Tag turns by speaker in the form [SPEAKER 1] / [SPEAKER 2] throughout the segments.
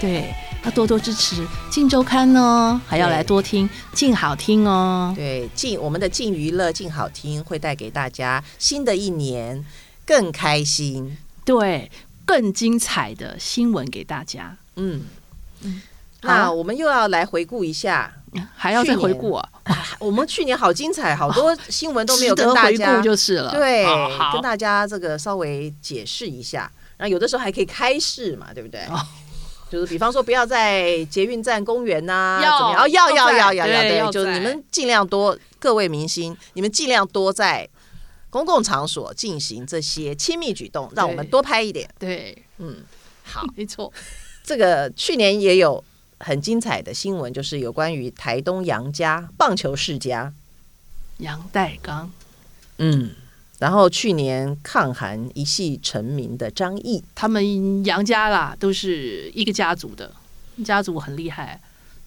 [SPEAKER 1] 对，要多多支持《静周刊》哦，还要来多听《静好听》哦。
[SPEAKER 2] 对，静我们的静娱乐、静好听会带给大家新的一年更开心。
[SPEAKER 1] 对，更精彩的新闻给大家。
[SPEAKER 2] 嗯，那我们又要来回顾一下，
[SPEAKER 1] 还要再回顾、啊，
[SPEAKER 2] 我们去年好精彩，好多新闻都没有
[SPEAKER 1] 哦值
[SPEAKER 2] 跟
[SPEAKER 1] 得
[SPEAKER 2] 大
[SPEAKER 1] 回
[SPEAKER 2] 家
[SPEAKER 1] 顾就是了。
[SPEAKER 2] 对
[SPEAKER 1] 好，
[SPEAKER 2] 跟
[SPEAKER 1] 啊好，
[SPEAKER 2] 大家这个稍微解释一下。然后有的时候还可以开市嘛，对不对？
[SPEAKER 1] 哦
[SPEAKER 2] 就是比方说，不要在捷运站、公园呐、
[SPEAKER 1] 要
[SPEAKER 2] 怎么样？哦，要
[SPEAKER 1] 要
[SPEAKER 2] 要
[SPEAKER 1] 在
[SPEAKER 2] 要要要，
[SPEAKER 1] 对要
[SPEAKER 2] 就是
[SPEAKER 1] 在
[SPEAKER 2] 你们尽量多，各位明星，你们尽量多在公共场所进行这些亲密举动，让我们
[SPEAKER 1] 对
[SPEAKER 2] 多拍一点。
[SPEAKER 1] 对，
[SPEAKER 2] 嗯，好，
[SPEAKER 1] 没错，
[SPEAKER 2] 这个去年也有很精彩的新闻，就是有关于台东杨家棒球世家，
[SPEAKER 1] 杨代刚，
[SPEAKER 2] 嗯，然后去年抗韩一系成名的张译，
[SPEAKER 1] 他们杨家啦都是一个家族的，家族很厉害。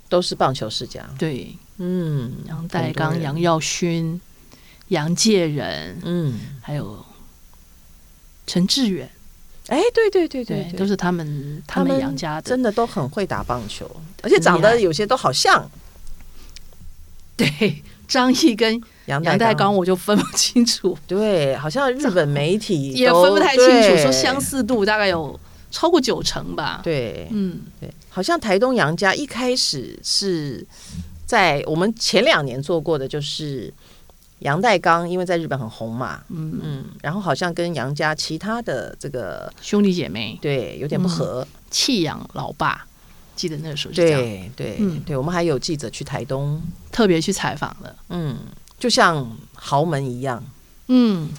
[SPEAKER 2] 都是棒球世家，
[SPEAKER 1] 对，
[SPEAKER 2] 嗯，
[SPEAKER 1] 杨代
[SPEAKER 2] 很
[SPEAKER 1] 刚、
[SPEAKER 2] 多人
[SPEAKER 1] 杨耀勋、杨介仁，
[SPEAKER 2] 嗯，
[SPEAKER 1] 还有陈志远，
[SPEAKER 2] 哎，对对对
[SPEAKER 1] 对，
[SPEAKER 2] 对，
[SPEAKER 1] 都是他们他
[SPEAKER 2] 他
[SPEAKER 1] 们
[SPEAKER 2] 们
[SPEAKER 1] 杨家的，
[SPEAKER 2] 真的都很会打棒球，而且长得有些都好像
[SPEAKER 1] 对，张译跟
[SPEAKER 2] 杨
[SPEAKER 1] 杨代
[SPEAKER 2] 代
[SPEAKER 1] 刚，
[SPEAKER 2] 刚。
[SPEAKER 1] 我就分不清 楚，
[SPEAKER 2] 对，好像日本媒体
[SPEAKER 1] 也
[SPEAKER 2] 都
[SPEAKER 1] 分不太清楚，
[SPEAKER 2] 对
[SPEAKER 1] 说相似度大概有超过九成吧。，
[SPEAKER 2] 对
[SPEAKER 1] 嗯，
[SPEAKER 2] 对，好像台东杨家一开始是在我们前两年做过的，就是杨代刚，因为在日本很红嘛，
[SPEAKER 1] 嗯
[SPEAKER 2] 嗯，然后好像跟杨家其他的这个
[SPEAKER 1] 兄弟姐妹
[SPEAKER 2] 对有点不合，
[SPEAKER 1] 弃养老爸，记得那个时嗯候是这样，
[SPEAKER 2] 对对、
[SPEAKER 1] 嗯
[SPEAKER 2] 对，我们还有记者去台东，
[SPEAKER 1] 特别去采访了。
[SPEAKER 2] 嗯，就像豪门一样，
[SPEAKER 1] 嗯，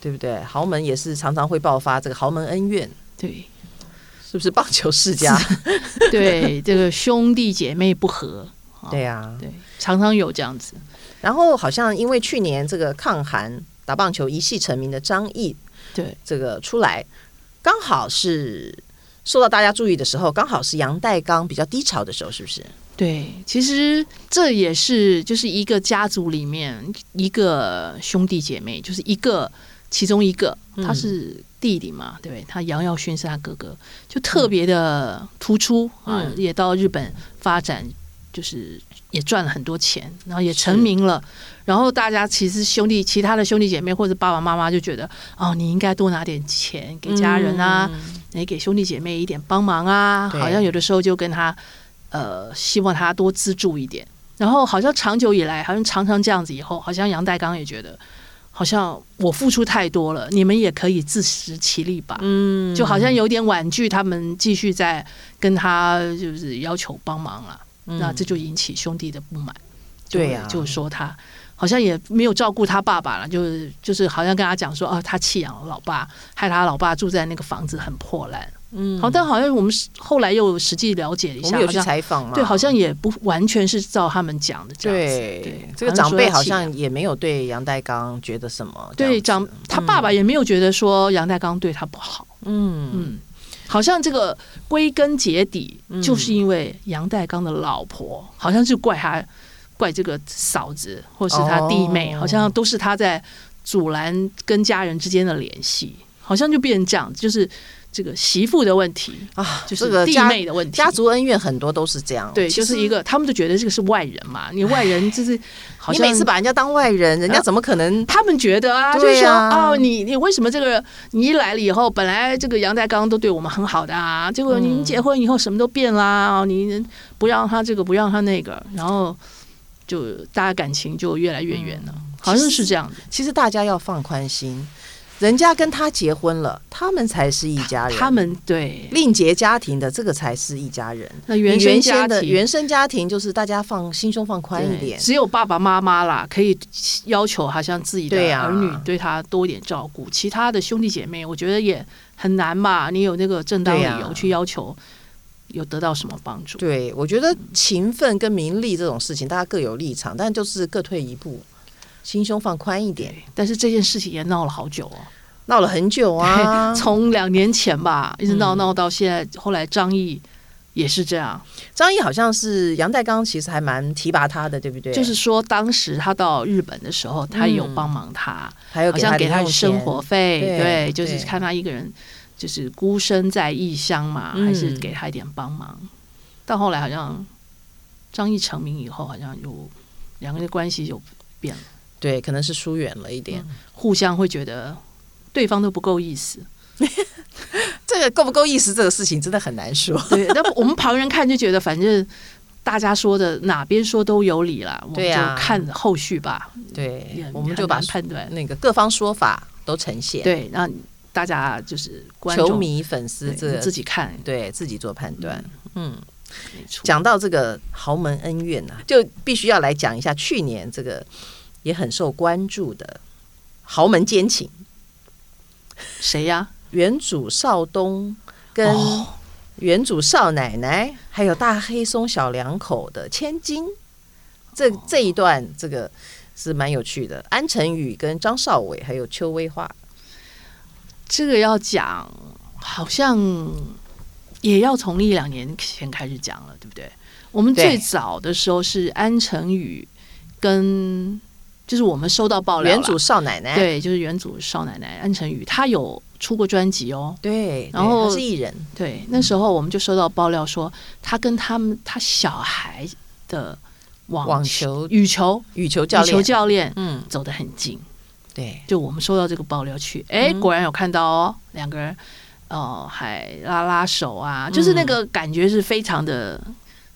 [SPEAKER 2] 对不对？豪门也是常常会爆发这个豪门恩怨，
[SPEAKER 1] 对
[SPEAKER 2] 是不是棒球世家？
[SPEAKER 1] 啊 对，这个兄弟姐妹不和，
[SPEAKER 2] 对啊，
[SPEAKER 1] 对，常常有这样子。
[SPEAKER 2] 然后好像因为去年这个抗韩打棒球一系成名的张毅，
[SPEAKER 1] 对，
[SPEAKER 2] 这个出来，刚好是受到大家注意的时候，刚好是杨代刚比较低潮的时候，是不是？
[SPEAKER 1] 对，其实这也是就是一个家族里面一个兄弟姐妹，就是一个其中一个
[SPEAKER 2] 嗯
[SPEAKER 1] 他是弟弟嘛，对不对？他杨耀勋是他哥哥，就特别的突出、啊，
[SPEAKER 2] 嗯
[SPEAKER 1] 也到日本发展，就是也赚了很多钱，然后也
[SPEAKER 2] 是
[SPEAKER 1] 成名了。然后大家其实兄弟其他的兄弟姐妹或者爸爸妈妈就觉得，哦，你应该多拿点钱给家人啊，
[SPEAKER 2] 嗯
[SPEAKER 1] 也给兄弟姐妹一点帮忙啊，
[SPEAKER 2] 对
[SPEAKER 1] 好像有的时候就跟他，呃，希望他多资助一点。然后好像长久以来，好像常常这样子，以后好像杨代刚也觉得，好像我付出太多了，你们也可以自食其力吧，
[SPEAKER 2] 嗯，
[SPEAKER 1] 就好像有点婉拒他们继续在跟他就是要求帮忙了、
[SPEAKER 2] 嗯
[SPEAKER 1] 那这就引起兄弟的不满，就
[SPEAKER 2] 对啊
[SPEAKER 1] 就说他好像也没有照顾他爸爸了，就是就是好像跟他讲说，啊，他弃养了老爸，害他老爸住在那个房子很破烂。
[SPEAKER 2] 嗯
[SPEAKER 1] 好，但好像我们是后来又实际了解了一
[SPEAKER 2] 我
[SPEAKER 1] 下，
[SPEAKER 2] 们有
[SPEAKER 1] 好
[SPEAKER 2] 去
[SPEAKER 1] 像
[SPEAKER 2] 采访嘛？
[SPEAKER 1] 对，好像也不完全是照他们讲的这样子。
[SPEAKER 2] 对
[SPEAKER 1] 对
[SPEAKER 2] 这个长辈好
[SPEAKER 1] 好像说要
[SPEAKER 2] 像也没有对杨代刚觉得什么，
[SPEAKER 1] 对，
[SPEAKER 2] 这样
[SPEAKER 1] 长
[SPEAKER 2] 子
[SPEAKER 1] 他爸爸也没有觉得说杨代刚对他不好，
[SPEAKER 2] 嗯
[SPEAKER 1] 嗯，好像这个归根结底
[SPEAKER 2] 嗯
[SPEAKER 1] 就是因为杨代刚的老婆，好像是怪他怪这个嫂子或是他弟妹，
[SPEAKER 2] 哦
[SPEAKER 1] 好像都是他在阻拦跟家人之间的联系，好像就变成这样，就是这个媳妇的问题，
[SPEAKER 2] 啊，
[SPEAKER 1] 就
[SPEAKER 2] 这
[SPEAKER 1] 是
[SPEAKER 2] 个
[SPEAKER 1] 弟
[SPEAKER 2] 家
[SPEAKER 1] 妹的问题，
[SPEAKER 2] 家族恩怨很多都是这样，
[SPEAKER 1] 对，
[SPEAKER 2] 其
[SPEAKER 1] 就是
[SPEAKER 2] 实
[SPEAKER 1] 一个，他们就觉得这个是外人嘛，你外人就是好
[SPEAKER 2] 你
[SPEAKER 1] 像
[SPEAKER 2] 每次把人家当外人，人家
[SPEAKER 1] 呃
[SPEAKER 2] 怎么可能？
[SPEAKER 1] 他们觉得啊，就是
[SPEAKER 2] 对
[SPEAKER 1] 说
[SPEAKER 2] 啊
[SPEAKER 1] 哦，你你为什么这个你一来了以后，本来这个杨代刚都对我们很好的啊，结果你
[SPEAKER 2] 嗯
[SPEAKER 1] 结婚以后什么都变啦，哦你不让他这个不让他那个，然后就大家感情就越来越远
[SPEAKER 2] 嗯
[SPEAKER 1] 了，好像是这样子。
[SPEAKER 2] 其实大家要放宽心，人家跟他结婚了，他们才是一家人。
[SPEAKER 1] 他们对
[SPEAKER 2] 另结家庭的这个才是一家人。
[SPEAKER 1] 那原
[SPEAKER 2] 你
[SPEAKER 1] 生
[SPEAKER 2] 原
[SPEAKER 1] 家
[SPEAKER 2] 先的
[SPEAKER 1] 庭
[SPEAKER 2] 原生家庭就是大家放心胸放宽一
[SPEAKER 1] 对
[SPEAKER 2] 点，
[SPEAKER 1] 只有爸爸妈妈啦，可以要求好像自己的
[SPEAKER 2] 对呀
[SPEAKER 1] 儿女对他多一点照顾，其他的兄弟姐妹，我觉得也很难吧。你有那个正当
[SPEAKER 2] 对呀
[SPEAKER 1] 理由去要求，有得到什么帮助？
[SPEAKER 2] 对我觉得勤奋跟名利这种事情，大家各有立场，但就是各退一步，心胸放宽一点。
[SPEAKER 1] 对但是这件事情也闹了好久哦，，
[SPEAKER 2] 闹了很久 啊嗯
[SPEAKER 1] 从两年前吧，一直闹闹到现在，后来张毅也是这样，
[SPEAKER 2] 张毅好像是杨代刚，其实还蛮提拔他的，对不对？
[SPEAKER 1] 就是说当时他到日本的时候，他也有
[SPEAKER 2] 嗯
[SPEAKER 1] 帮忙他，
[SPEAKER 2] 还有
[SPEAKER 1] 好
[SPEAKER 2] 给
[SPEAKER 1] 像
[SPEAKER 2] 他
[SPEAKER 1] 给
[SPEAKER 2] 零
[SPEAKER 1] 他
[SPEAKER 2] 用
[SPEAKER 1] 生
[SPEAKER 2] 钱
[SPEAKER 1] 活费，
[SPEAKER 2] 对
[SPEAKER 1] 对，就
[SPEAKER 2] 对
[SPEAKER 1] 是看他一个人就是孤身在异乡嘛，
[SPEAKER 2] 嗯
[SPEAKER 1] 还是给他一点帮忙。到后来好像张毅成名以后，好像有两个人的关系有变了，
[SPEAKER 2] 对，可能是疏远了一点。
[SPEAKER 1] 互相会觉得对方都不够意思。
[SPEAKER 2] 这个够不够意思，这个事情真的很难说。
[SPEAKER 1] 对，但我们旁人看就觉得，反正大家说的哪边说都有理啦，我们
[SPEAKER 2] 对啊
[SPEAKER 1] 就看后续吧。
[SPEAKER 2] 对
[SPEAKER 1] 嗯也，
[SPEAKER 2] 我们
[SPEAKER 1] 很
[SPEAKER 2] 就把
[SPEAKER 1] 难判断。
[SPEAKER 2] 那个各方说法都呈现，，
[SPEAKER 1] 对，那大家就是观众
[SPEAKER 2] 球迷、粉丝
[SPEAKER 1] 对
[SPEAKER 2] 这个
[SPEAKER 1] 自己看，
[SPEAKER 2] 对自己做判断。嗯，
[SPEAKER 1] 没错。
[SPEAKER 2] 讲到这个豪门恩怨啊，就必须要来讲一下去年这个也很受关注的豪门奸情，
[SPEAKER 1] 谁呀？
[SPEAKER 2] 原主少东跟
[SPEAKER 1] 哦
[SPEAKER 2] 原主少奶奶，还有大黑松小两口的千金，这
[SPEAKER 1] 哦
[SPEAKER 2] 这一段这个是蛮有趣的。安晨宇跟张少伟还有邱威化，
[SPEAKER 1] 这个要讲，好像也要从一两年前开始讲了，对不对？我们
[SPEAKER 2] 对
[SPEAKER 1] 最早的时候是安成宇跟，就是我们收到爆料啦
[SPEAKER 2] 原主少奶奶，
[SPEAKER 1] 哦对，就是原主少奶奶安成宇，她有出过专辑哦。
[SPEAKER 2] 对，
[SPEAKER 1] 然后
[SPEAKER 2] 对他是艺人，
[SPEAKER 1] 对，那时候我们就收到爆料说，她跟他们她小孩的网
[SPEAKER 2] 网球
[SPEAKER 1] 羽球
[SPEAKER 2] 羽球教
[SPEAKER 1] 羽球
[SPEAKER 2] 练，
[SPEAKER 1] 教练
[SPEAKER 2] 嗯，
[SPEAKER 1] 走得很近。
[SPEAKER 2] 对，
[SPEAKER 1] 就我们收到这个爆料去，哎，
[SPEAKER 2] 嗯
[SPEAKER 1] 果然有看到哦，两个人哦、还拉拉手
[SPEAKER 2] 嗯
[SPEAKER 1] 啊，就是那个感觉是非常的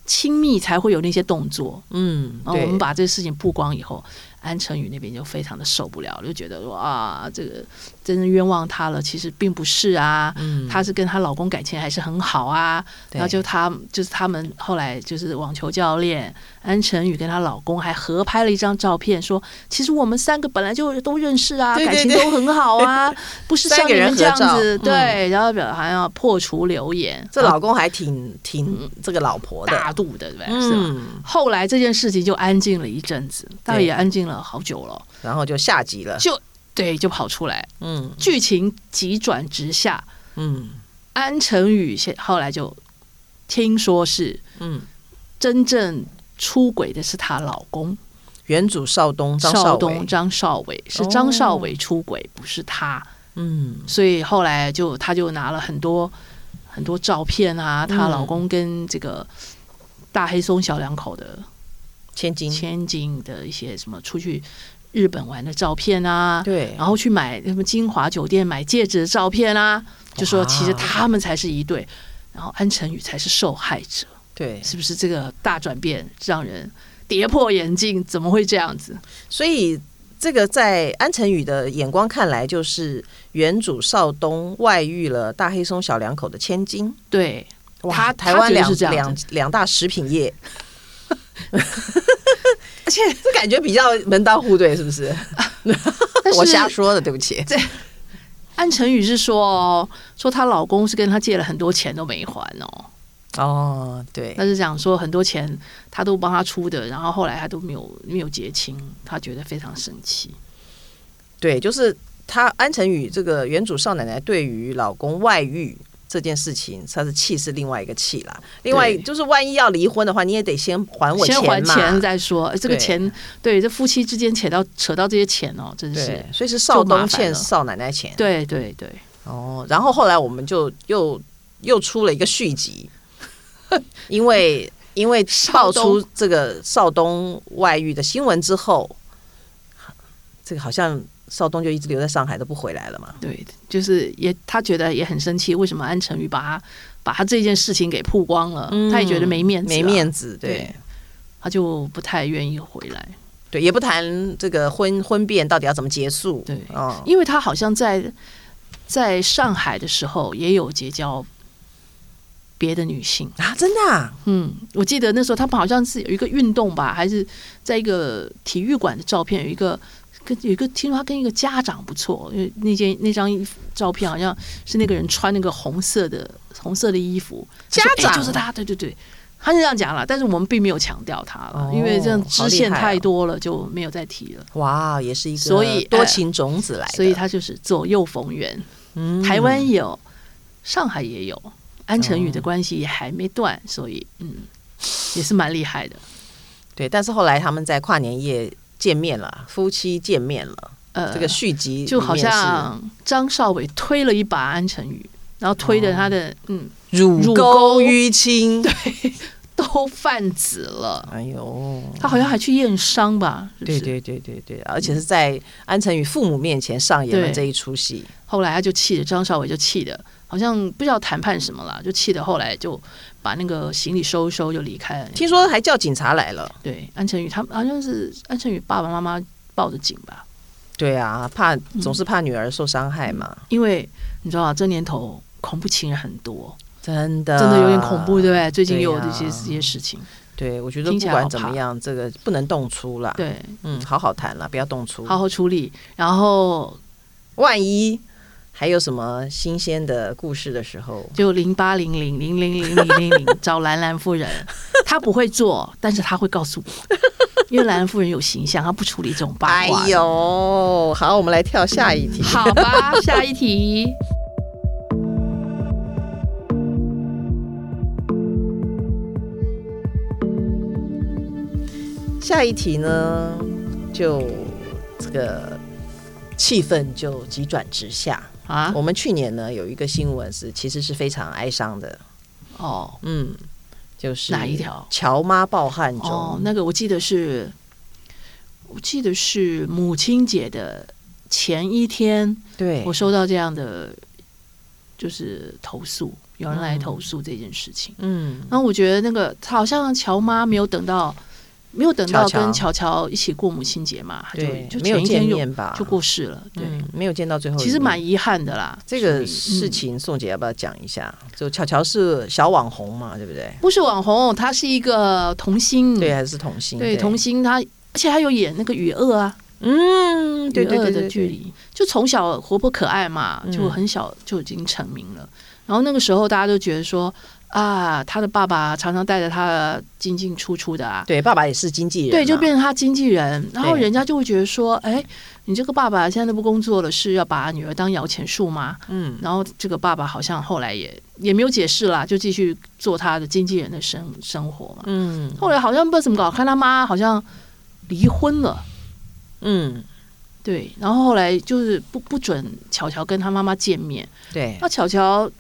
[SPEAKER 1] 亲密，才会有那些动作。
[SPEAKER 2] 嗯，
[SPEAKER 1] 然后
[SPEAKER 2] 对
[SPEAKER 1] 哦我们把这个事情曝光以后，安成宇那边就非常的受不了，就觉得说啊，这个真的冤枉她了，其实并不是啊。
[SPEAKER 2] 嗯，
[SPEAKER 1] 她是跟她老公感情还是很好啊，
[SPEAKER 2] 对
[SPEAKER 1] 然后就她就是他们后来就是网球教练安晨宇跟她老公还合拍了一张照片，说其实我们三个本来就都认识啊，
[SPEAKER 2] 对对
[SPEAKER 1] 感情都很好 啊，不是像你们这样
[SPEAKER 2] 三个
[SPEAKER 1] 子
[SPEAKER 2] 人合照嗯
[SPEAKER 1] 对，然后表好像要破除流言，
[SPEAKER 2] 这老公还挺挺这个老婆的，
[SPEAKER 1] 嗯大度的对不对？是吧？
[SPEAKER 2] 嗯，
[SPEAKER 1] 后来这件事情就安静了一阵子，大概
[SPEAKER 2] 对
[SPEAKER 1] 也安静了好久了，
[SPEAKER 2] 然后就下集了，
[SPEAKER 1] 就对，就跑出来，
[SPEAKER 2] 嗯
[SPEAKER 1] 剧情急转直下，
[SPEAKER 2] 嗯
[SPEAKER 1] 安晨宇先后来就听说是
[SPEAKER 2] 嗯，
[SPEAKER 1] 真正出轨的是她老公
[SPEAKER 2] 原主少东张
[SPEAKER 1] 少
[SPEAKER 2] 伟
[SPEAKER 1] 东，张少伟，是张少伟出轨，不是她。
[SPEAKER 2] 嗯
[SPEAKER 1] 所以后来就她就拿了很多很多照片啊，她老公跟这个大黑松小两口的
[SPEAKER 2] 千金，
[SPEAKER 1] 千金的一些什么出去日本玩的照片啊，
[SPEAKER 2] 对，
[SPEAKER 1] 然后去买什么金华酒店买戒指的照片啊，就说其实他们才是一对，然后安晨宇才是受害者。
[SPEAKER 2] 对，
[SPEAKER 1] 是不是这个大转变让人跌破眼镜？怎么会这样子？
[SPEAKER 2] 所以这个在安晨宇的眼光看来，就是原主少东外遇了大黑松小两口的千金，
[SPEAKER 1] 对，
[SPEAKER 2] 哇
[SPEAKER 1] 他
[SPEAKER 2] 台湾
[SPEAKER 1] 他觉
[SPEAKER 2] 两
[SPEAKER 1] 得是这样子
[SPEAKER 2] 两两大食 品业。而且这感觉比较门当户对，是不是？
[SPEAKER 1] 但
[SPEAKER 2] 我
[SPEAKER 1] 是
[SPEAKER 2] 瞎说的，对不起。
[SPEAKER 1] 安晨宇是说哦，说她老公是跟她借了很多钱都没还哦，
[SPEAKER 2] 哦，对，
[SPEAKER 1] 她是讲说很多钱她都帮她出的，然后后来她都没有没有结清，她觉得非常生气。
[SPEAKER 2] 对，就是她安晨宇这个原主少奶奶对于老公外遇这件事情，她是气是另外一个气啦。另外
[SPEAKER 1] 对
[SPEAKER 2] 就是万一要离婚的话，你也得先还我
[SPEAKER 1] 先还
[SPEAKER 2] 嘛。
[SPEAKER 1] 钱再说，呃这个
[SPEAKER 2] 对
[SPEAKER 1] 钱对这夫妻之间扯到扯到这些钱哦，真是
[SPEAKER 2] 对，所以是少
[SPEAKER 1] 就麻
[SPEAKER 2] 东
[SPEAKER 1] 烦
[SPEAKER 2] 欠
[SPEAKER 1] 了
[SPEAKER 2] 少奶奶钱。
[SPEAKER 1] 对对对，
[SPEAKER 2] 哦，然后后来我们就又又出了一个续集，因为因为
[SPEAKER 1] 少
[SPEAKER 2] 爆出
[SPEAKER 1] 东
[SPEAKER 2] 这个少东外遇的新闻之后，这个好像少东就一直留在上海都不回来了嘛。
[SPEAKER 1] 对，就是也他觉得也很生气，为什么安晨宇把他把他这件事情给曝光了，
[SPEAKER 2] 嗯
[SPEAKER 1] 他也觉得没面子、啊
[SPEAKER 2] 没，面子，对
[SPEAKER 1] 对他就不太愿意回来，
[SPEAKER 2] 对也不谈这个婚婚变到底要怎么结束，
[SPEAKER 1] 对
[SPEAKER 2] 哦，
[SPEAKER 1] 因为他好像在在上海的时候也有结交别的女性，
[SPEAKER 2] 啊，真的、啊，
[SPEAKER 1] 嗯，我记得那时候他们好像是有一个运动吧，还是在一个体育馆的照片，有一个跟有一个听说他跟一个家长不错，因为那件那张衣服照片好像是那个人穿那个红色的红色的衣服，
[SPEAKER 2] 家
[SPEAKER 1] 他说
[SPEAKER 2] 长
[SPEAKER 1] 诶就是他，对对对，他是这样讲了，但是我们并没有强调他了，
[SPEAKER 2] 哦
[SPEAKER 1] 因为这样支线
[SPEAKER 2] 好厉害哦
[SPEAKER 1] 太多了，就没有再提了，
[SPEAKER 2] 哇，也是一个
[SPEAKER 1] 所以
[SPEAKER 2] 多
[SPEAKER 1] 哎
[SPEAKER 2] 情种子来的，
[SPEAKER 1] 所以他就是左右逢源，
[SPEAKER 2] 嗯
[SPEAKER 1] 台湾有，上海也有，安晨
[SPEAKER 2] 哦
[SPEAKER 1] 宇的关系也还没断，所以嗯，也是蛮厉害的。
[SPEAKER 2] 对，但是后来他们在跨年夜见面了，夫妻见面了。
[SPEAKER 1] 呃，
[SPEAKER 2] 这个续集
[SPEAKER 1] 就好
[SPEAKER 2] 里面是
[SPEAKER 1] 像张少伟推了一
[SPEAKER 2] 哦
[SPEAKER 1] 把安晨宇，然后推着他的、嗯
[SPEAKER 2] 乳
[SPEAKER 1] 乳
[SPEAKER 2] 沟
[SPEAKER 1] 沟
[SPEAKER 2] 淤青，
[SPEAKER 1] 都泛指了。
[SPEAKER 2] 哎呦，
[SPEAKER 1] 他好像还去验伤吧？是不
[SPEAKER 2] 对
[SPEAKER 1] 是，
[SPEAKER 2] 对对对对，而且是在安晨宇父母面前上演了
[SPEAKER 1] 对
[SPEAKER 2] 这一出戏。
[SPEAKER 1] 后来他就气的，张少伟就气的，好像不知道谈判什么了，就气的，后来就把那个行李收一收就离开了。
[SPEAKER 2] 听说还叫警察来了。
[SPEAKER 1] 对，安晨宇他们好像是安晨宇爸爸妈妈报的警吧，
[SPEAKER 2] 对啊，怕总是怕女儿受伤害嘛，
[SPEAKER 1] 因为你知道、啊、这年头恐怖情人很多，
[SPEAKER 2] 真的
[SPEAKER 1] 真的有点恐怖，对不对？最近
[SPEAKER 2] 啊对
[SPEAKER 1] 又有
[SPEAKER 2] 呀
[SPEAKER 1] 这些这些事情，
[SPEAKER 2] 对，我觉得
[SPEAKER 1] 听
[SPEAKER 2] 不
[SPEAKER 1] 起来
[SPEAKER 2] 管
[SPEAKER 1] 好
[SPEAKER 2] 怎么
[SPEAKER 1] 怕
[SPEAKER 2] 样，这个不能动粗啦。，
[SPEAKER 1] 对，
[SPEAKER 2] 嗯，好好谈啦，不要动粗。
[SPEAKER 1] 好，好处理。然后
[SPEAKER 2] 万一还有什么新鲜的故事的时候，
[SPEAKER 1] 就零八零零零零零零零零找兰兰夫人， 她不会做，但是她会告诉我，因为兰兰夫人有形象，她不处理这种八
[SPEAKER 2] 哎
[SPEAKER 1] 卦的。
[SPEAKER 2] 呦，好，我们来跳下一题。
[SPEAKER 1] 好吧，下一题。
[SPEAKER 2] 下一题呢，就这个气氛就急转直下。
[SPEAKER 1] 啊，
[SPEAKER 2] 我们去年呢有一个新闻是，其实是非常哀伤的，
[SPEAKER 1] 哦
[SPEAKER 2] 嗯，就是
[SPEAKER 1] 哪一条
[SPEAKER 2] 乔妈抱憾中，
[SPEAKER 1] 哦，那个我记得是，我记得是母亲节的前一天，
[SPEAKER 2] 对
[SPEAKER 1] 我，收到这样的就是投诉，有人来投诉这件事情。
[SPEAKER 2] 嗯，
[SPEAKER 1] 然后我觉得那个好像乔妈没有等到，没有等到
[SPEAKER 2] 乔乔
[SPEAKER 1] 跟乔乔一起过母亲节嘛，她就
[SPEAKER 2] 对，
[SPEAKER 1] 就
[SPEAKER 2] 没有
[SPEAKER 1] 前一
[SPEAKER 2] 见
[SPEAKER 1] 天就
[SPEAKER 2] 面吧，
[SPEAKER 1] 就过世了。对，
[SPEAKER 2] 嗯，没有见到最后一面，
[SPEAKER 1] 其实蛮遗憾的啦。嗯
[SPEAKER 2] 这个
[SPEAKER 1] 所以
[SPEAKER 2] 事、情，宋姐要不要讲一下？就巧巧是小网红嘛，对不对
[SPEAKER 1] 嗯？不是网红，她是一个童星，
[SPEAKER 2] 对，还是童星？
[SPEAKER 1] 嗯对童星她，而且她有演那个雨恶啊，
[SPEAKER 2] 嗯，对
[SPEAKER 1] 与
[SPEAKER 2] 对
[SPEAKER 1] 恶
[SPEAKER 2] 对
[SPEAKER 1] 的
[SPEAKER 2] 对
[SPEAKER 1] 距
[SPEAKER 2] 对，
[SPEAKER 1] 离，就从小活泼可爱嘛，
[SPEAKER 2] 嗯
[SPEAKER 1] 就很小就已经成名了。然后那个时候大家都觉得说啊，他的爸爸常常带着他进进出出的啊，
[SPEAKER 2] 对，爸爸也是经纪人嘛，
[SPEAKER 1] 对，就变成他经纪人。然后
[SPEAKER 2] 对
[SPEAKER 1] 人家就会觉得说，哎，你这个爸爸现在都不工作了，是要把女儿当摇钱树吗？
[SPEAKER 2] 嗯，
[SPEAKER 1] 然后这个爸爸好像后来也也没有解释啦，就继续做他的经纪人的生生活嘛。
[SPEAKER 2] 嗯
[SPEAKER 1] 后来好像不知道怎么搞，看他妈好像离婚了。
[SPEAKER 2] 嗯，
[SPEAKER 1] 对，然后后来就是不不准巧巧跟他妈妈见面。
[SPEAKER 2] 对
[SPEAKER 1] 那巧巧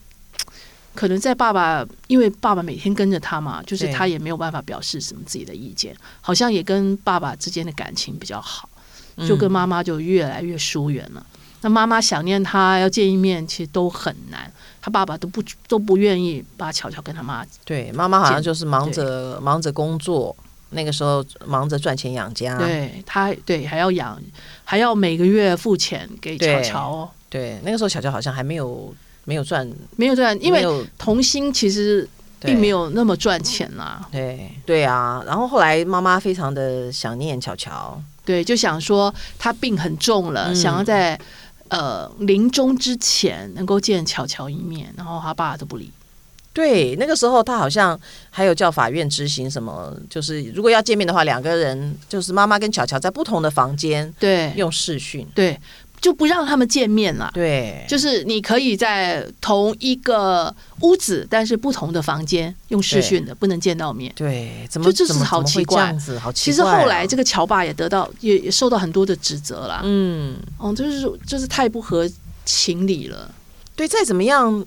[SPEAKER 1] 可能在爸爸，因为爸爸每天跟着他嘛，就是
[SPEAKER 2] 对
[SPEAKER 1] 他也没有办法表示什么自己的意见，好像也跟爸爸之间的感情比较好，
[SPEAKER 2] 嗯
[SPEAKER 1] 就跟妈妈就越来越疏远了。那妈妈想念他要见一面，其实都很难。他爸爸都不都不愿意把巧巧跟他妈
[SPEAKER 2] 对妈妈好像就是忙着忙着工作，那个时候忙着赚钱养家，
[SPEAKER 1] 对他对还要养，还要每个月付钱给巧
[SPEAKER 2] 对
[SPEAKER 1] 巧哦，
[SPEAKER 2] 对，那个时候巧巧好像还没有没有赚，
[SPEAKER 1] 没有这样，因
[SPEAKER 2] 没
[SPEAKER 1] 为
[SPEAKER 2] 有
[SPEAKER 1] 童星其实并没。有那么赚钱啦、
[SPEAKER 2] 对对对啊，然后后来妈妈非常的想念巧巧，
[SPEAKER 1] 对，就想说他病很重了，
[SPEAKER 2] 嗯
[SPEAKER 1] 想要在呃临终之前能够见巧巧一面，然后他爸都不理。
[SPEAKER 2] 对，那个时候他好像还有叫法院执行什么，就是如果要见面的话，两个人就是妈妈跟巧巧在不同的房间
[SPEAKER 1] 对
[SPEAKER 2] 用视讯。
[SPEAKER 1] 对，就不让他们见面了。
[SPEAKER 2] 对，
[SPEAKER 1] 就是你可以在同一个屋子，但是不同的房间用视讯的，不能见到面。
[SPEAKER 2] 对，怎
[SPEAKER 1] 就
[SPEAKER 2] 么
[SPEAKER 1] 这
[SPEAKER 2] 怎
[SPEAKER 1] 是
[SPEAKER 2] 么
[SPEAKER 1] 好
[SPEAKER 2] 怎么
[SPEAKER 1] 奇
[SPEAKER 2] 会
[SPEAKER 1] 怪
[SPEAKER 2] 这样子，好奇
[SPEAKER 1] 其
[SPEAKER 2] 怪、啊
[SPEAKER 1] 实后来这，个乔爸也得到也也受到很多的指责啦，
[SPEAKER 2] 嗯，
[SPEAKER 1] 哦，就是就是太不合情理了。
[SPEAKER 2] 对，再怎么样，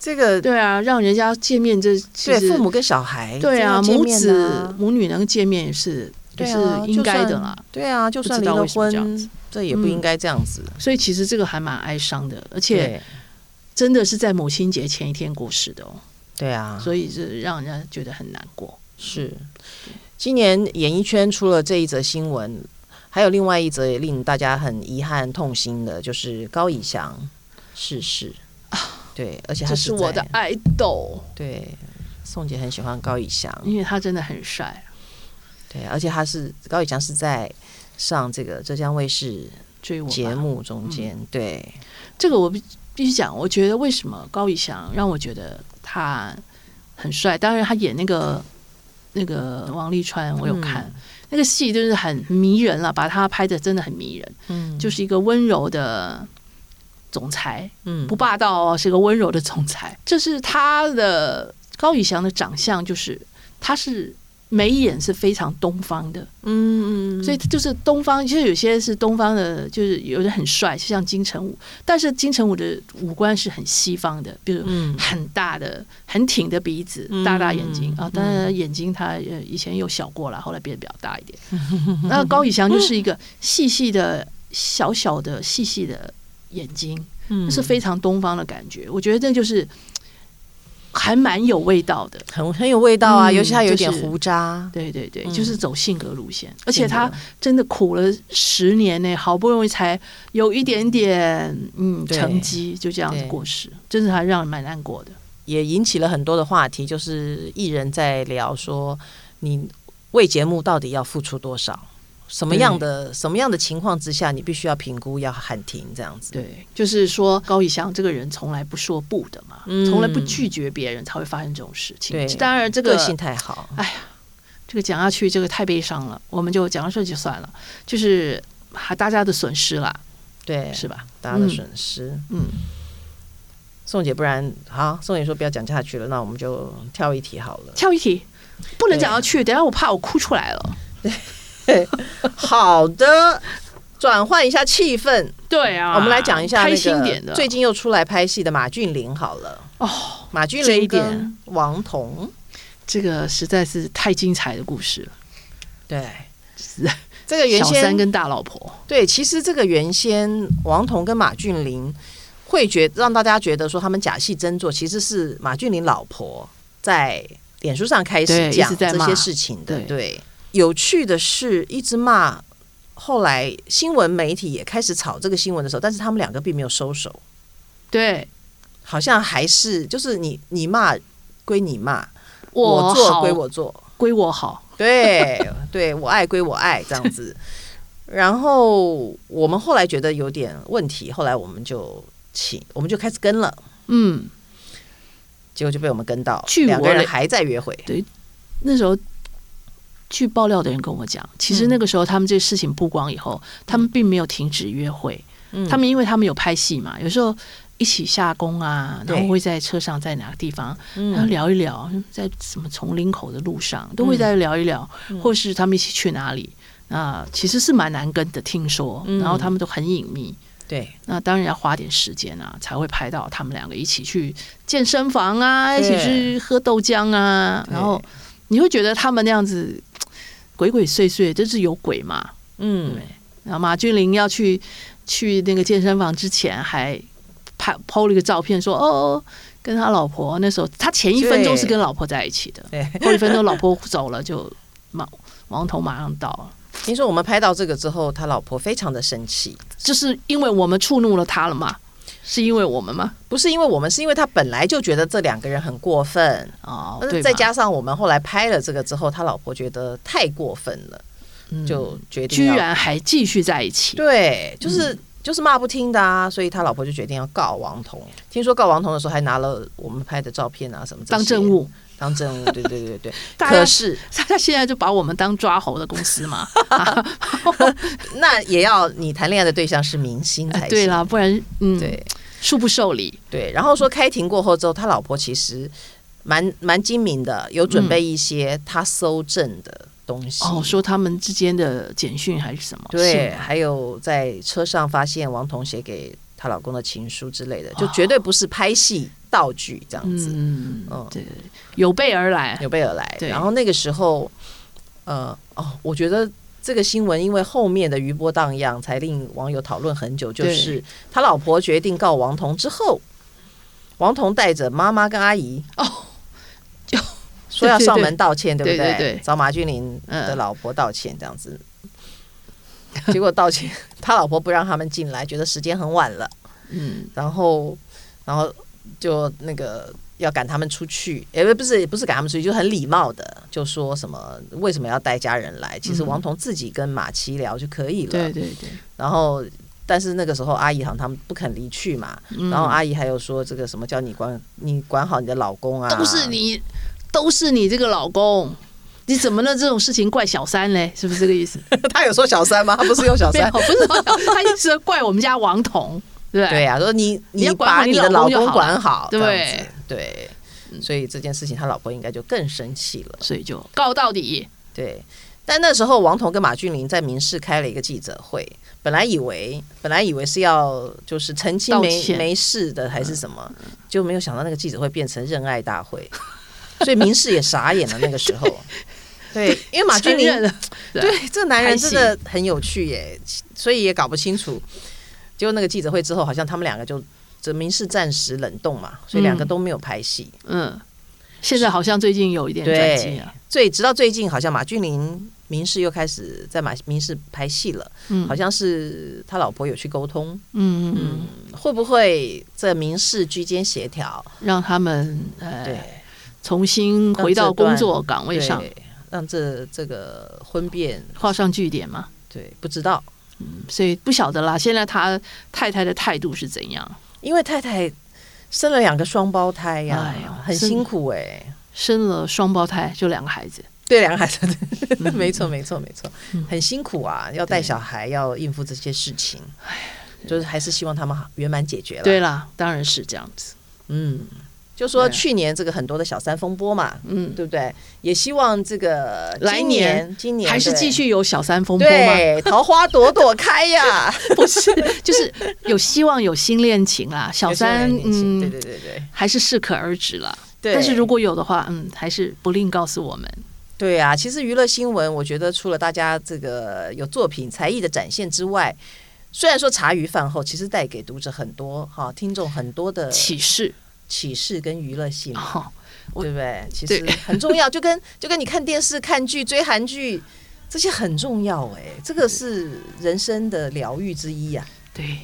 [SPEAKER 2] 这个
[SPEAKER 1] 对啊，让人家见面这其
[SPEAKER 2] 对
[SPEAKER 1] 实
[SPEAKER 2] 父母跟小孩，
[SPEAKER 1] 对啊，
[SPEAKER 2] 哎这要见
[SPEAKER 1] 母
[SPEAKER 2] 面
[SPEAKER 1] 子
[SPEAKER 2] 啊
[SPEAKER 1] 母女能够见面也是、
[SPEAKER 2] 对啊
[SPEAKER 1] 也是应该
[SPEAKER 2] 就
[SPEAKER 1] 的
[SPEAKER 2] 算
[SPEAKER 1] 啦。
[SPEAKER 2] 对啊，就
[SPEAKER 1] 不
[SPEAKER 2] 算
[SPEAKER 1] 知
[SPEAKER 2] 离
[SPEAKER 1] 道
[SPEAKER 2] 了
[SPEAKER 1] 为什么这样
[SPEAKER 2] 婚，这也不
[SPEAKER 1] 嗯
[SPEAKER 2] 应该这样子。
[SPEAKER 1] 所以其实这个还蛮哀伤的，而且
[SPEAKER 2] 对，
[SPEAKER 1] 真的是在母亲节前一天过世的哦，
[SPEAKER 2] 对啊，
[SPEAKER 1] 所以是让人家觉得很难过。
[SPEAKER 2] 是，嗯今年演艺圈除了这一则新闻，还有另外一则也令大家很遗憾痛心的，就是高以翔逝世。对，而且他
[SPEAKER 1] 这是
[SPEAKER 2] 在
[SPEAKER 1] 我的爱豆，
[SPEAKER 2] 对。宋姐很喜欢高以翔，
[SPEAKER 1] 因为他真的很帅，
[SPEAKER 2] 对，而且他是高以翔是在上这个浙江卫视
[SPEAKER 1] 追我吧
[SPEAKER 2] 节目中间，
[SPEAKER 1] 嗯
[SPEAKER 2] 对，
[SPEAKER 1] 这个我必必须讲，我觉得为什么高以翔让我觉得他很帅？当然，他演那个
[SPEAKER 2] 嗯
[SPEAKER 1] 那个王沥川，我有看、那个戏，就是很迷人了，把他拍的真的很迷人，
[SPEAKER 2] 嗯，
[SPEAKER 1] 就是一个温柔的总裁，
[SPEAKER 2] 嗯
[SPEAKER 1] 不霸道哦，是个温柔的总裁。这是他的高以翔的长相，就是他是眉眼是非常东方的，
[SPEAKER 2] 嗯
[SPEAKER 1] 所以就是东方，其实有些是东方的，就是有的很帅，就像金城武，但是金城武的五官是很西方的，比如
[SPEAKER 2] 嗯
[SPEAKER 1] 很大的、很挺的鼻子
[SPEAKER 2] 嗯、
[SPEAKER 1] 大大眼睛啊，当然眼睛他呃以前有小过了，后来变得比较大一 点。那高以翔就是一个细细的、小小的、细细的眼睛，
[SPEAKER 2] 嗯
[SPEAKER 1] 是非常东方的感觉，我觉得那就是还蛮有味道的。
[SPEAKER 2] 很很有味道啊，
[SPEAKER 1] 嗯
[SPEAKER 2] 尤其它有点
[SPEAKER 1] 就是
[SPEAKER 2] 胡渣，
[SPEAKER 1] 对对对，
[SPEAKER 2] 嗯
[SPEAKER 1] 就是走性格路线，而
[SPEAKER 2] 而
[SPEAKER 1] 且他真的苦了十年呢，好不容易才有一点点嗯
[SPEAKER 2] 对
[SPEAKER 1] 成绩，就这样子
[SPEAKER 2] 对
[SPEAKER 1] 过世，真是还让人蛮难过的。
[SPEAKER 2] 也引起了很多的话题，就是艺人在聊说，你为节目到底要付出多少，什么样的什么样的情况之下，你必须要评估要喊停这样子。
[SPEAKER 1] 对，就是说高以翔这个人从来不说不的嘛，
[SPEAKER 2] 嗯
[SPEAKER 1] 从来不拒绝别人，才会发生这种事情
[SPEAKER 2] 对。
[SPEAKER 1] 当然，这
[SPEAKER 2] 个
[SPEAKER 1] 个
[SPEAKER 2] 性太好，
[SPEAKER 1] 这个讲下去，这个太悲伤了，我们就讲到这就算了，就是还大家的损失啦，
[SPEAKER 2] 对，
[SPEAKER 1] 是吧？
[SPEAKER 2] 大家的损失。
[SPEAKER 1] 嗯，
[SPEAKER 2] 宋姐，不然好，宋姐说不要讲下去了，那我们就跳一题好了。
[SPEAKER 1] 跳一题，不能
[SPEAKER 2] 对
[SPEAKER 1] 讲下去，等一下我怕我哭出来了。
[SPEAKER 2] 好的，转换一下气氛，
[SPEAKER 1] 对啊
[SPEAKER 2] 我们来讲一下、那个
[SPEAKER 1] 开心点的。
[SPEAKER 2] 最近又出来拍戏的马俊麟好了，
[SPEAKER 1] 哦，
[SPEAKER 2] 马俊
[SPEAKER 1] 这一
[SPEAKER 2] 麟
[SPEAKER 1] 点
[SPEAKER 2] 跟王彤，
[SPEAKER 1] 这个实在是太精彩的故事了。
[SPEAKER 2] 对，这 个原
[SPEAKER 1] 小三
[SPEAKER 2] 先
[SPEAKER 1] 跟大老婆，
[SPEAKER 2] 对，其实这个原先王彤跟马俊麟会觉让大家觉得说他们假戏真做，其实是马俊麟老婆在脸书上开
[SPEAKER 1] 对
[SPEAKER 2] 始
[SPEAKER 1] 一直
[SPEAKER 2] 讲
[SPEAKER 1] 在
[SPEAKER 2] 这
[SPEAKER 1] 骂
[SPEAKER 2] 些事情的。
[SPEAKER 1] 对
[SPEAKER 2] 对，有趣的是，一直骂。后来新闻媒体也开始炒这个新闻的时候，但是他们两个并没有收手，
[SPEAKER 1] 对
[SPEAKER 2] 好像还是就是你你骂归你骂，
[SPEAKER 1] 我
[SPEAKER 2] 做
[SPEAKER 1] 好
[SPEAKER 2] 归我做，
[SPEAKER 1] 归我好，
[SPEAKER 2] 对对，我爱归我爱这样子。然后我们后来觉得有点问题，后来我们就请，我们就开始跟了，
[SPEAKER 1] 嗯，
[SPEAKER 2] 结果就被我们跟到
[SPEAKER 1] 据，我
[SPEAKER 2] 两个人
[SPEAKER 1] 了
[SPEAKER 2] 还在约会。
[SPEAKER 1] 那时候。据爆料的人跟我讲，其
[SPEAKER 2] 嗯
[SPEAKER 1] 实那个时候他们这事情曝光以后，他们并没有停止约会，
[SPEAKER 2] 嗯
[SPEAKER 1] 他们因为他们有拍戏嘛，有时候一起下工啊，
[SPEAKER 2] 对
[SPEAKER 1] 然后会在车上在哪个地方，然后
[SPEAKER 2] 嗯
[SPEAKER 1] 聊一聊，在什么丛林口的路上都会在聊一聊，
[SPEAKER 2] 嗯
[SPEAKER 1] 或是他们一起去哪里。那其实是蛮难跟的，听说，
[SPEAKER 2] 嗯
[SPEAKER 1] 然后他们都很隐秘。
[SPEAKER 2] 对
[SPEAKER 1] 那当然要花点时间啊，才会拍到他们两个一起去健身房啊，一
[SPEAKER 2] 对
[SPEAKER 1] 起去喝豆浆啊，
[SPEAKER 2] 对
[SPEAKER 1] 然后你会觉得他们那样子鬼鬼祟祟，就是有鬼嘛。
[SPEAKER 2] 嗯
[SPEAKER 1] 对，然后马俊麟要去去那个健身房之前，还拍 PO 了一个照片说，哦，跟他老婆那时候，他前一分钟是跟老婆在一起的
[SPEAKER 2] 对，
[SPEAKER 1] 后一分钟老婆走了就马王彤马上到了，
[SPEAKER 2] 听说我们拍到这个之后，他老婆非常的生气，
[SPEAKER 1] 就是因为我们触怒了他了嘛，是因为我们吗？
[SPEAKER 2] 不是因为我们，是因为他本来就觉得这两个人很过分，
[SPEAKER 1] 哦，
[SPEAKER 2] 但
[SPEAKER 1] 对嘛，
[SPEAKER 2] 是再加上我们后来拍了这个之后，他老婆觉得太过分了，
[SPEAKER 1] 嗯
[SPEAKER 2] 就决定
[SPEAKER 1] 居
[SPEAKER 2] 要
[SPEAKER 1] 然还继续在一起，
[SPEAKER 2] 对，就是、
[SPEAKER 1] 嗯
[SPEAKER 2] 就是骂不听的啊，所以他老婆就决定要告王彤。听说告王彤的时候，还拿了我们拍的照片啊什么这
[SPEAKER 1] 当
[SPEAKER 2] 些
[SPEAKER 1] 政，务，
[SPEAKER 2] 当政务，对对对对。
[SPEAKER 1] 大
[SPEAKER 2] 可
[SPEAKER 1] 家
[SPEAKER 2] 是
[SPEAKER 1] 大家现在就把我们当抓猴的公司嘛，
[SPEAKER 2] 那也要你谈恋爱的对象 是明星才行，
[SPEAKER 1] 啊对啦，不然嗯，
[SPEAKER 2] 对
[SPEAKER 1] 恕不受理，
[SPEAKER 2] 对。然后说开庭过后之后，他老婆其实蛮蛮精明的，有准备一些他搜证的东西。
[SPEAKER 1] 哦，说他们之间的简讯还是什么？
[SPEAKER 2] 对，
[SPEAKER 1] 信
[SPEAKER 2] 还有在车上发现王彤写给她老公的情书之类的，就绝对不是拍戏道具这样子。
[SPEAKER 1] 哦嗯
[SPEAKER 2] 嗯，
[SPEAKER 1] 对，有备而来，
[SPEAKER 2] 有备而来。
[SPEAKER 1] 对
[SPEAKER 2] 然后那个时候，呃，哦，我觉得这个新闻因为后面的余波荡漾，才令网友讨论很久。就
[SPEAKER 1] 对
[SPEAKER 2] 是他老婆决定告王彤之后，王彤带着妈妈跟阿姨
[SPEAKER 1] 哦， 就
[SPEAKER 2] 说要
[SPEAKER 1] 对对
[SPEAKER 2] 上
[SPEAKER 1] 对
[SPEAKER 2] 门道歉，对不
[SPEAKER 1] 对对对
[SPEAKER 2] 找马俊麟的
[SPEAKER 1] 嗯
[SPEAKER 2] 老婆道歉，这样子。结果道歉， 他老婆不让他们进来，觉得时间很晚了。
[SPEAKER 1] 嗯，
[SPEAKER 2] 然后，然后就那个要赶他们出去，也不是不是赶他们出去，就很礼貌的就说什么为什么要带家人来？其实
[SPEAKER 1] 嗯
[SPEAKER 2] 王彤自己跟马七聊就可以了。
[SPEAKER 1] 对对对，
[SPEAKER 2] 然后，但是那个时候阿姨好像他们不肯离去嘛，
[SPEAKER 1] 嗯
[SPEAKER 2] 然后阿姨还有说这个什么叫你管你管好你的老公啊，
[SPEAKER 1] 都是你，都是你这个老公，你怎么能这种事情怪小三嘞？是不是这个意思？
[SPEAKER 2] 他有说小三吗？他不是有小
[SPEAKER 1] 没有，
[SPEAKER 2] 三。
[SPEAKER 1] 不是说小，他一直怪我们家王彤，对不
[SPEAKER 2] 对
[SPEAKER 1] 对？
[SPEAKER 2] 呀、啊，说你
[SPEAKER 1] 你要管好
[SPEAKER 2] 把
[SPEAKER 1] 你
[SPEAKER 2] 的
[SPEAKER 1] 老
[SPEAKER 2] 老
[SPEAKER 1] 公就
[SPEAKER 2] 公
[SPEAKER 1] 好
[SPEAKER 2] 管好，
[SPEAKER 1] 对
[SPEAKER 2] 这样子对，所以这件事情他老婆应该就更生气了。
[SPEAKER 1] 所以就告到底。
[SPEAKER 2] 对，但那时候王彤跟马俊麟在民事开了一个记者会，本来以为本来以为是要就是澄清
[SPEAKER 1] 道
[SPEAKER 2] 没
[SPEAKER 1] 歉嗯
[SPEAKER 2] 没事的还是什么，就没有想到那个记者会变成认爱大会，所以民事也傻眼了那 个时候。对，因为马俊麟
[SPEAKER 1] 承认了，
[SPEAKER 2] 对，这个男人
[SPEAKER 1] 拍
[SPEAKER 2] 真
[SPEAKER 1] 戏
[SPEAKER 2] 的很有趣耶，所以也搞不清楚。结果那个记者会之后，好像他们两个就这民事暂时冷冻嘛，所以两个
[SPEAKER 1] 嗯
[SPEAKER 2] 都没有拍戏。
[SPEAKER 1] 嗯，现在好像最近有一点转机
[SPEAKER 2] 对
[SPEAKER 1] 啊，，
[SPEAKER 2] 所以直到最近，好像马俊麟民事又开始在马民事拍戏了，
[SPEAKER 1] 嗯，
[SPEAKER 2] 好像是他老婆有去沟通，
[SPEAKER 1] 嗯嗯嗯，
[SPEAKER 2] 会不会这民事居间协调？
[SPEAKER 1] 让他们
[SPEAKER 2] 对
[SPEAKER 1] 呃，重新回到工作岗位上，
[SPEAKER 2] 对让这这个婚变，
[SPEAKER 1] 画上句点嘛。
[SPEAKER 2] 对，不知道，
[SPEAKER 1] 所以不晓得啦，现在他太太的态度是怎样？
[SPEAKER 2] 因为太太生了两个双胞胎呀、
[SPEAKER 1] 哎呦
[SPEAKER 2] 很
[SPEAKER 1] 真
[SPEAKER 2] 辛苦哎、
[SPEAKER 1] 生了双胞胎，就两个孩子，
[SPEAKER 2] 对，两个孩
[SPEAKER 1] 嗯
[SPEAKER 2] 子，对 没错，没错，没错，很辛苦啊，要带
[SPEAKER 1] 对哎
[SPEAKER 2] 小孩，要应付这些事情，就是还是希望他们好圆满解决了。
[SPEAKER 1] 对，啦，当然是这样子。
[SPEAKER 2] 嗯，就说
[SPEAKER 1] 对
[SPEAKER 2] 去年这个很多的小三风波嘛，
[SPEAKER 1] 嗯，
[SPEAKER 2] 对不对？也希望这个
[SPEAKER 1] 来
[SPEAKER 2] 今
[SPEAKER 1] 年
[SPEAKER 2] 年今年
[SPEAKER 1] 还是
[SPEAKER 2] 对
[SPEAKER 1] 继续有小三风波吗？
[SPEAKER 2] 对桃花朵朵开呀，
[SPEAKER 1] 不是，就是有希望有新恋情 啦。 小三，
[SPEAKER 2] 有些人年轻对
[SPEAKER 1] 嗯，
[SPEAKER 2] 对对对
[SPEAKER 1] 还是适可而止啦。
[SPEAKER 2] 对。
[SPEAKER 1] 但是如果有的话，嗯，还是不吝告诉我们。
[SPEAKER 2] 对啊，其实娱乐新闻，我觉得除了大家这个有作品才艺的展现之外，虽然说茶余饭后，其实带给读者很多哈听众很多的
[SPEAKER 1] 启示
[SPEAKER 2] 启示跟娱乐性，
[SPEAKER 1] 哦，我
[SPEAKER 2] 对不对？其实
[SPEAKER 1] 对
[SPEAKER 2] 很重要，就跟就跟你看电视、看剧、追韩剧，这些很重要哎、这个是人生的疗愈之一啊。
[SPEAKER 1] 对，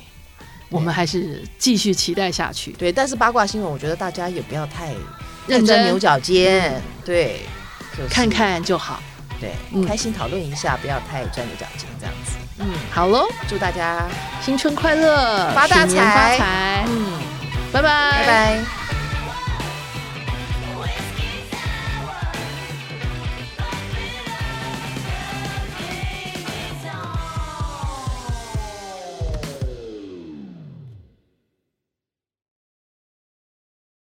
[SPEAKER 1] 我们还是继续期待下去。
[SPEAKER 2] 对，但是八卦新闻，我觉得大家也不要太
[SPEAKER 1] 认
[SPEAKER 2] 太钻
[SPEAKER 1] 真嗯
[SPEAKER 2] 牛角尖，对，就是
[SPEAKER 1] 看看就好。
[SPEAKER 2] 对，
[SPEAKER 1] 嗯
[SPEAKER 2] 开心讨论一下，不要太钻牛角尖这样子。
[SPEAKER 1] 嗯，好喽，
[SPEAKER 2] 祝大家
[SPEAKER 1] 新春快乐，
[SPEAKER 2] 发大
[SPEAKER 1] 鼠年发
[SPEAKER 2] 财
[SPEAKER 1] 财，
[SPEAKER 2] 嗯，
[SPEAKER 1] 拜拜，
[SPEAKER 2] 拜拜。